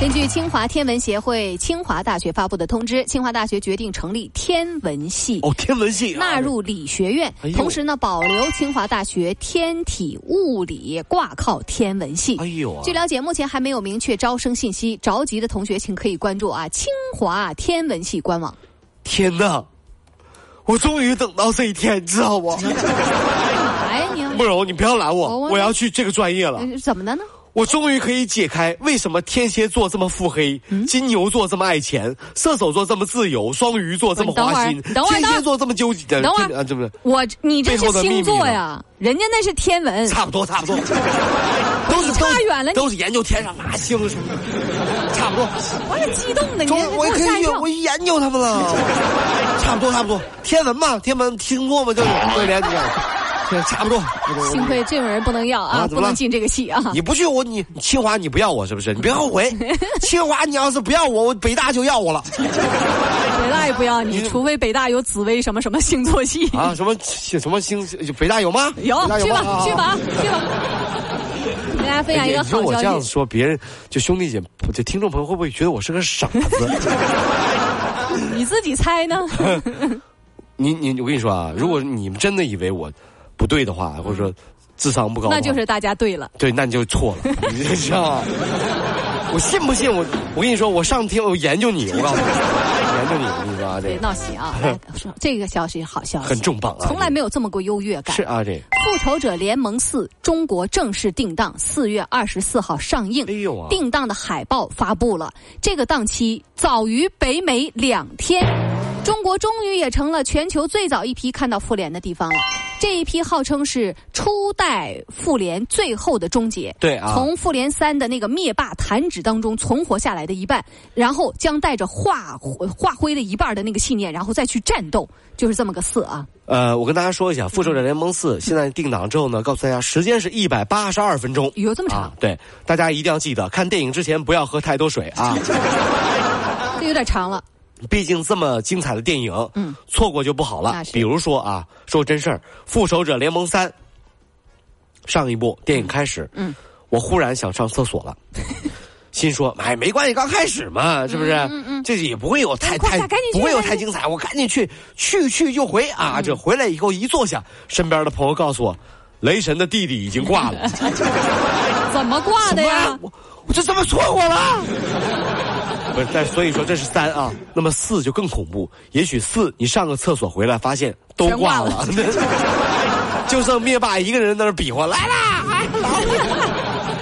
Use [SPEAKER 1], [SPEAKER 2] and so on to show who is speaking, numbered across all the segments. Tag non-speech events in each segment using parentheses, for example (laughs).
[SPEAKER 1] 根据清华天文协会清华大学发布的通知，清华大学决定成立天文系。
[SPEAKER 2] 哦，天文系
[SPEAKER 1] 纳入理学院
[SPEAKER 2] 哎，呦
[SPEAKER 1] 同时呢保留清华大学天体物理挂靠天文系。
[SPEAKER 2] 哎呦啊
[SPEAKER 1] 据了解，目前还没有明确招生信息，着急的同学请可以关注啊清华天文系官网。
[SPEAKER 2] 天哪！我终于等到这一天，你知
[SPEAKER 3] (laughs)
[SPEAKER 2] 道不？
[SPEAKER 1] 哎，你要
[SPEAKER 2] 慕容，你不要拦我，
[SPEAKER 1] 我
[SPEAKER 2] 我
[SPEAKER 1] 我
[SPEAKER 2] 要去这个专业了。
[SPEAKER 3] 嗯
[SPEAKER 1] 呃怎么的呢？
[SPEAKER 2] 我终于可以解开为什么天蝎座这么腹黑，
[SPEAKER 3] 嗯
[SPEAKER 2] 金牛座这么爱钱，射手座这么自由，双鱼座这么花心，
[SPEAKER 3] 嗯你等会儿你
[SPEAKER 2] 天
[SPEAKER 3] 等会儿
[SPEAKER 2] 蝎座这么纠结，
[SPEAKER 3] 等会
[SPEAKER 2] 天啊，
[SPEAKER 3] 儿
[SPEAKER 2] 这不是
[SPEAKER 3] 我你这是
[SPEAKER 2] 啊
[SPEAKER 3] 星座呀，人家那是天文。
[SPEAKER 2] 差不多，差不
[SPEAKER 3] (laughs)
[SPEAKER 2] 多，都是
[SPEAKER 3] 差远了你
[SPEAKER 2] 都是研究天上哪星什么的，差不多。
[SPEAKER 3] 我也激动的，你
[SPEAKER 2] 中
[SPEAKER 3] 这给
[SPEAKER 2] 我
[SPEAKER 3] 我
[SPEAKER 2] 可
[SPEAKER 3] 吓一
[SPEAKER 2] 以
[SPEAKER 3] 跳
[SPEAKER 2] 我。研究他
[SPEAKER 3] (laughs)
[SPEAKER 2] 们了，差不多差不多，天文嘛，天文听过吗？
[SPEAKER 3] (laughs)
[SPEAKER 2] 就是对联，你看，对差不多。
[SPEAKER 1] 幸亏这种人不能要啊，
[SPEAKER 2] 啊怎么
[SPEAKER 1] 不
[SPEAKER 2] 了
[SPEAKER 1] 能进这个系啊。
[SPEAKER 2] 你不去我你清华你不要我是不是？你别后
[SPEAKER 3] (laughs)
[SPEAKER 2] 悔，清华你要是不要我，我北大就要我了
[SPEAKER 3] 北大也不要你，
[SPEAKER 2] 啊你
[SPEAKER 3] 除非北大有紫薇什么什么星座系。
[SPEAKER 2] 啊！什么什么星北大有吗？
[SPEAKER 3] 有
[SPEAKER 2] 北大，有
[SPEAKER 3] 去
[SPEAKER 2] 吗
[SPEAKER 3] 吧，去。
[SPEAKER 2] 啊啊
[SPEAKER 3] 吧，去
[SPEAKER 2] (laughs)
[SPEAKER 3] 吧。给大家分享一
[SPEAKER 2] 哎
[SPEAKER 3] 个
[SPEAKER 2] 你说
[SPEAKER 3] 好
[SPEAKER 2] 我这
[SPEAKER 3] 消
[SPEAKER 2] 样
[SPEAKER 3] 息，
[SPEAKER 2] 说，别人就兄弟姐，这听众朋友会不会觉得我是个傻子？
[SPEAKER 3] 你自己猜
[SPEAKER 2] (laughs)
[SPEAKER 3] 呢？
[SPEAKER 2] 你你我跟你说
[SPEAKER 1] 嗯
[SPEAKER 2] 啊，如果你们真的以为我不对的话，或者说智商不高的话，
[SPEAKER 3] 那就是大家对了。
[SPEAKER 2] 对，那你就错
[SPEAKER 1] (laughs)
[SPEAKER 2] 了，你知道吗？我信不信我？我跟你说，我上天我研究你，我
[SPEAKER 1] (laughs)
[SPEAKER 2] 告诉你，研究你，我跟你说啊，这
[SPEAKER 1] 别
[SPEAKER 2] 个
[SPEAKER 1] 闹心
[SPEAKER 2] (laughs)
[SPEAKER 1] 啊！
[SPEAKER 3] 哎
[SPEAKER 1] 来说这个消息好消息，
[SPEAKER 2] 很重磅啊
[SPEAKER 1] 从来没有这么过优越感
[SPEAKER 2] 是。啊，这个
[SPEAKER 1] 《复仇者联盟四》中国正式定档，四月二十四号上映。
[SPEAKER 2] 哎呦啊
[SPEAKER 1] 定档的海报发布了，这个档期早于北美两天。中国终于也成了全球最早一批看到复联的地方了。这一批号称是初代复联最后的终结，
[SPEAKER 2] 对啊
[SPEAKER 1] 从复联三的那个灭霸弹指当中存活下来的一半，然后将带着化化灰的一半的那个信念，然后再去战斗，就是这么个四啊。
[SPEAKER 2] 呃，我跟大家说一下，《复仇
[SPEAKER 1] 嗯
[SPEAKER 2] 者联盟四》现在定档之后呢，告诉大家时间是一百八十二分钟。
[SPEAKER 1] 有这么长
[SPEAKER 2] 啊，对，大家一定要记得看电影之前不要喝太多水啊，
[SPEAKER 1] 这有点长了。
[SPEAKER 2] 毕竟这么精彩的电影，嗯，错过就不好了
[SPEAKER 1] 那。是
[SPEAKER 2] 比如说啊，说真事儿，《复仇者联盟三》上一部电影开始，嗯，我忽然想上厕所了，心说，哎，没关系，刚开始嘛，是不是？嗯嗯，这也不会有太
[SPEAKER 3] 快
[SPEAKER 2] 太
[SPEAKER 3] 快赶紧去
[SPEAKER 2] 不会有
[SPEAKER 3] 赶紧
[SPEAKER 2] 太精彩，我赶紧去，去去就回啊！这回来以后一坐下，身边的朋友告诉我，雷神的弟弟已经挂了。
[SPEAKER 3] 怎么挂的
[SPEAKER 2] 什
[SPEAKER 3] 呀
[SPEAKER 2] 么？我我这怎么错过了？ (laughs) 不是，但所以说这是三啊，那么四就更恐怖。也许四你上个厕所回来发现都挂了， (laughs) 就剩灭霸一个人在那儿比划来啦，哎老虎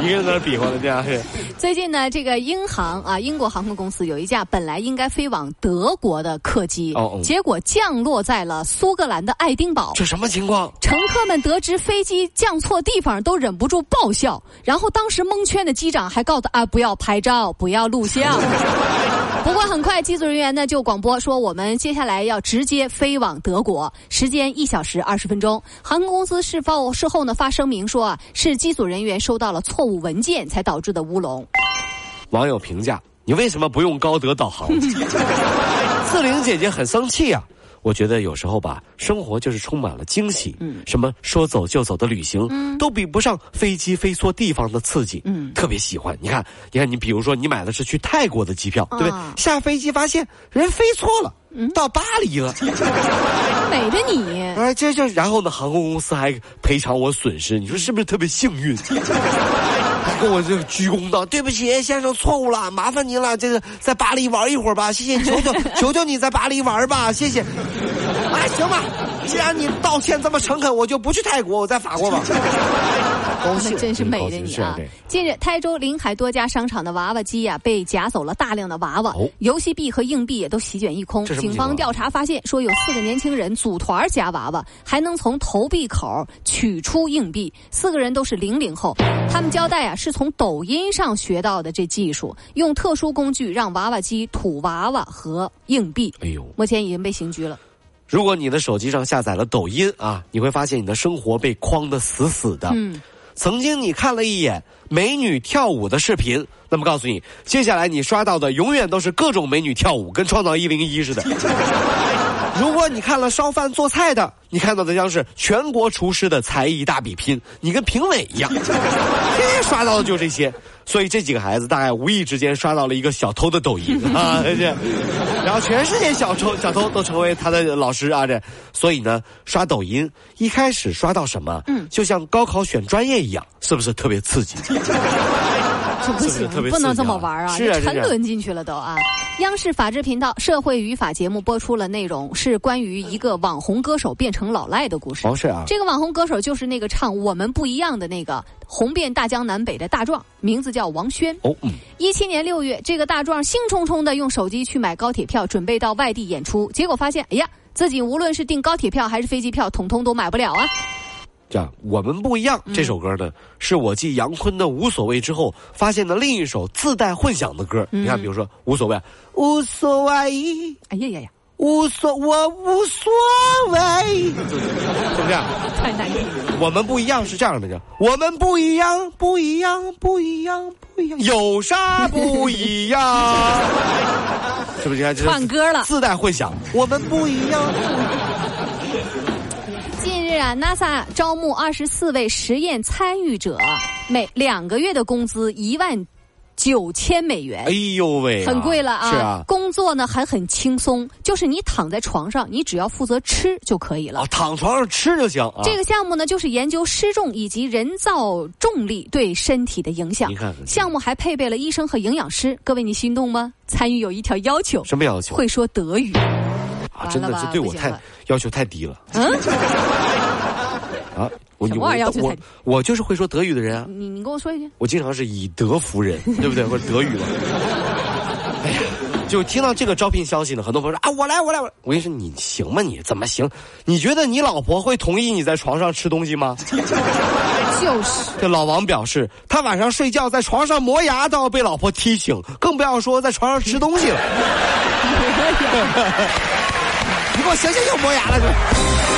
[SPEAKER 2] 一个人在那儿比划了，这样是
[SPEAKER 1] (laughs) 最近呢，这个英航啊，英国航空公司有一架本来应该飞往德国的客机，
[SPEAKER 2] 哦哦
[SPEAKER 1] 结果降落在了苏格兰的爱丁堡。
[SPEAKER 2] 这什么情况？
[SPEAKER 1] 乘客们得知飞机降错地方，都忍不住爆笑。然后当时蒙圈的机长还告诉他啊，不要拍照，不要录像。不过很快，机组人员呢就广播说，我们接下来要直接飞往德国，时间一小时二十分钟。航空公司事后事后呢发声明说啊，是机组人员收到了错误文件才导致的乌龙。
[SPEAKER 2] 网友评价：你为什么不用高德导航？四零姐姐很生气呀、我觉得有时候吧，生活就是充满了惊喜。什么说走就走的旅行，都比不上飞机飞错地方的刺激。嗯，特别喜欢。你看，你看，你比如说，你买的是去泰国的机票，对不对
[SPEAKER 1] 啊？
[SPEAKER 2] 下飞机发现人飞错了，到巴黎了。
[SPEAKER 1] 美着你。
[SPEAKER 2] 哎，这就然后呢，航空公司还赔偿我损失，你说是不是特别幸运？ (laughs) 还跟我这个鞠躬道：“对不起，先生，错误了，麻烦您了。这个在巴黎玩一会儿吧，谢谢，求求求求你在巴黎玩吧，谢谢。哎，行吧，既然你道歉这么诚恳，我就不去泰国，我在法国吧。高
[SPEAKER 1] 那
[SPEAKER 2] 兴，
[SPEAKER 1] 真是美着你
[SPEAKER 2] 是
[SPEAKER 1] 啊
[SPEAKER 2] 对！
[SPEAKER 1] 近日，台州临海多家商场的娃娃机呀、被夹走了大量的娃娃
[SPEAKER 2] 哦，
[SPEAKER 1] 游戏币和硬币也都席卷一空。
[SPEAKER 2] 这什么情
[SPEAKER 1] 警
[SPEAKER 2] 况
[SPEAKER 1] 方调查发现，说有四个年轻人组团夹娃娃，还能从投币口取出硬币。四个人都是零零后，他们交代啊，是从抖音上学到的这技术，用特殊工具让娃娃机吐娃娃和硬币。
[SPEAKER 2] 哎呦，
[SPEAKER 1] 目前已经被刑拘了。
[SPEAKER 2] 如果你的手机上下载了抖音啊，你会发现你的生活被框得死死的。
[SPEAKER 1] 嗯，
[SPEAKER 2] 曾经你看了一眼美女跳舞的视频，那么告诉你，接下来你刷到的永远都是各种美女跳舞，跟《创造一零一》似的。如果你看了烧饭做菜的，你看到的将是全国厨师的才艺大比拼，你跟评委一样，天天刷到的就这些。所以这几个孩子大概无意之间刷到了一个小偷的抖音啊， (laughs) 这，然后全世界小偷小偷都成为他的老师啊，这，所以呢，刷抖音一开始刷到什么，嗯，就像高考选专业一样，是不是特别刺激？
[SPEAKER 1] 这不
[SPEAKER 2] 是不是
[SPEAKER 1] 行
[SPEAKER 2] 特别，
[SPEAKER 1] 不
[SPEAKER 2] 刺
[SPEAKER 1] 能
[SPEAKER 2] 激
[SPEAKER 1] 这么
[SPEAKER 2] 啊
[SPEAKER 1] 玩啊！
[SPEAKER 2] 是啊
[SPEAKER 1] 你
[SPEAKER 2] 是啊
[SPEAKER 1] 沉沦进去了都啊！央视法制频道《社会语法》节目播出了内容，是关于一个网红歌手变成老赖的故事。
[SPEAKER 2] 哦，是啊，
[SPEAKER 1] 这个网红歌手就是那个唱《我们不一样》的那个红遍大江南北的大壮，名字叫王轩。
[SPEAKER 2] 哦，嗯，
[SPEAKER 1] 一七年六月，这个大壮兴冲冲的用手机去买高铁票，准备到外地演出，结果发现，哎呀，自己无论是订高铁票还是飞机票，统统都买不了啊！
[SPEAKER 2] 这样，我们不一样。
[SPEAKER 1] 嗯
[SPEAKER 2] 这首歌呢，是我继杨坤的《无所谓》之后发现的另一首自带混响的歌。
[SPEAKER 1] 嗯
[SPEAKER 2] 你看，比如说《无所谓》，无所谓，
[SPEAKER 1] 哎呀呀呀，
[SPEAKER 2] 无所我无所谓，是不是？
[SPEAKER 1] 太难听了！
[SPEAKER 2] 我们不一样是这样的，叫我们不一样，不一样，不一样，不一样，有啥不一
[SPEAKER 1] (laughs)
[SPEAKER 2] 样？是不是？你看， (laughs) 这是
[SPEAKER 1] 换歌了
[SPEAKER 2] 自带混响。我们不一样，
[SPEAKER 1] 近日啊，NASA 招募二十四位实验参与者，每两个月的工资一万九千美元。
[SPEAKER 2] 哎呦喂啊、
[SPEAKER 1] 很贵了啊！
[SPEAKER 2] 是啊，
[SPEAKER 1] 工作呢还很轻松，就是你躺在床上，你只要负责吃就可以了。
[SPEAKER 2] 啊，躺床上吃就行啊。
[SPEAKER 1] 这个项目呢，就是研究失重以及人造重力对身体的影响
[SPEAKER 2] 你。看看
[SPEAKER 1] 项目还配备了医生和营养师，各位你心动吗？参与有一条要求，
[SPEAKER 2] 什么要求？
[SPEAKER 1] 会说德语。
[SPEAKER 2] 啊，真的
[SPEAKER 1] 完了吧
[SPEAKER 2] 这对我
[SPEAKER 1] 不行
[SPEAKER 2] 太
[SPEAKER 1] 了
[SPEAKER 2] 要求太低了。
[SPEAKER 1] 嗯，
[SPEAKER 2] 啊，我
[SPEAKER 1] 什么玩意儿要求
[SPEAKER 2] 我
[SPEAKER 1] 太低
[SPEAKER 2] 我就是会说德语的人啊，
[SPEAKER 1] 你你跟我说一句，
[SPEAKER 2] 我经常是以德服人，对不对？我德语了。哎呀，就听到这个招聘消息呢，很多朋友说啊，我来，我来，我来。我跟你说，你行吗你？怎么行？你觉得你老婆会同意你在床上吃东西吗？啊
[SPEAKER 1] 就是
[SPEAKER 2] 这老王表示，他晚上睡觉在床上磨牙都要被老婆踢醒，更不要说在床上吃 (laughs) 东西了。你给我醒醒，又磨牙了！这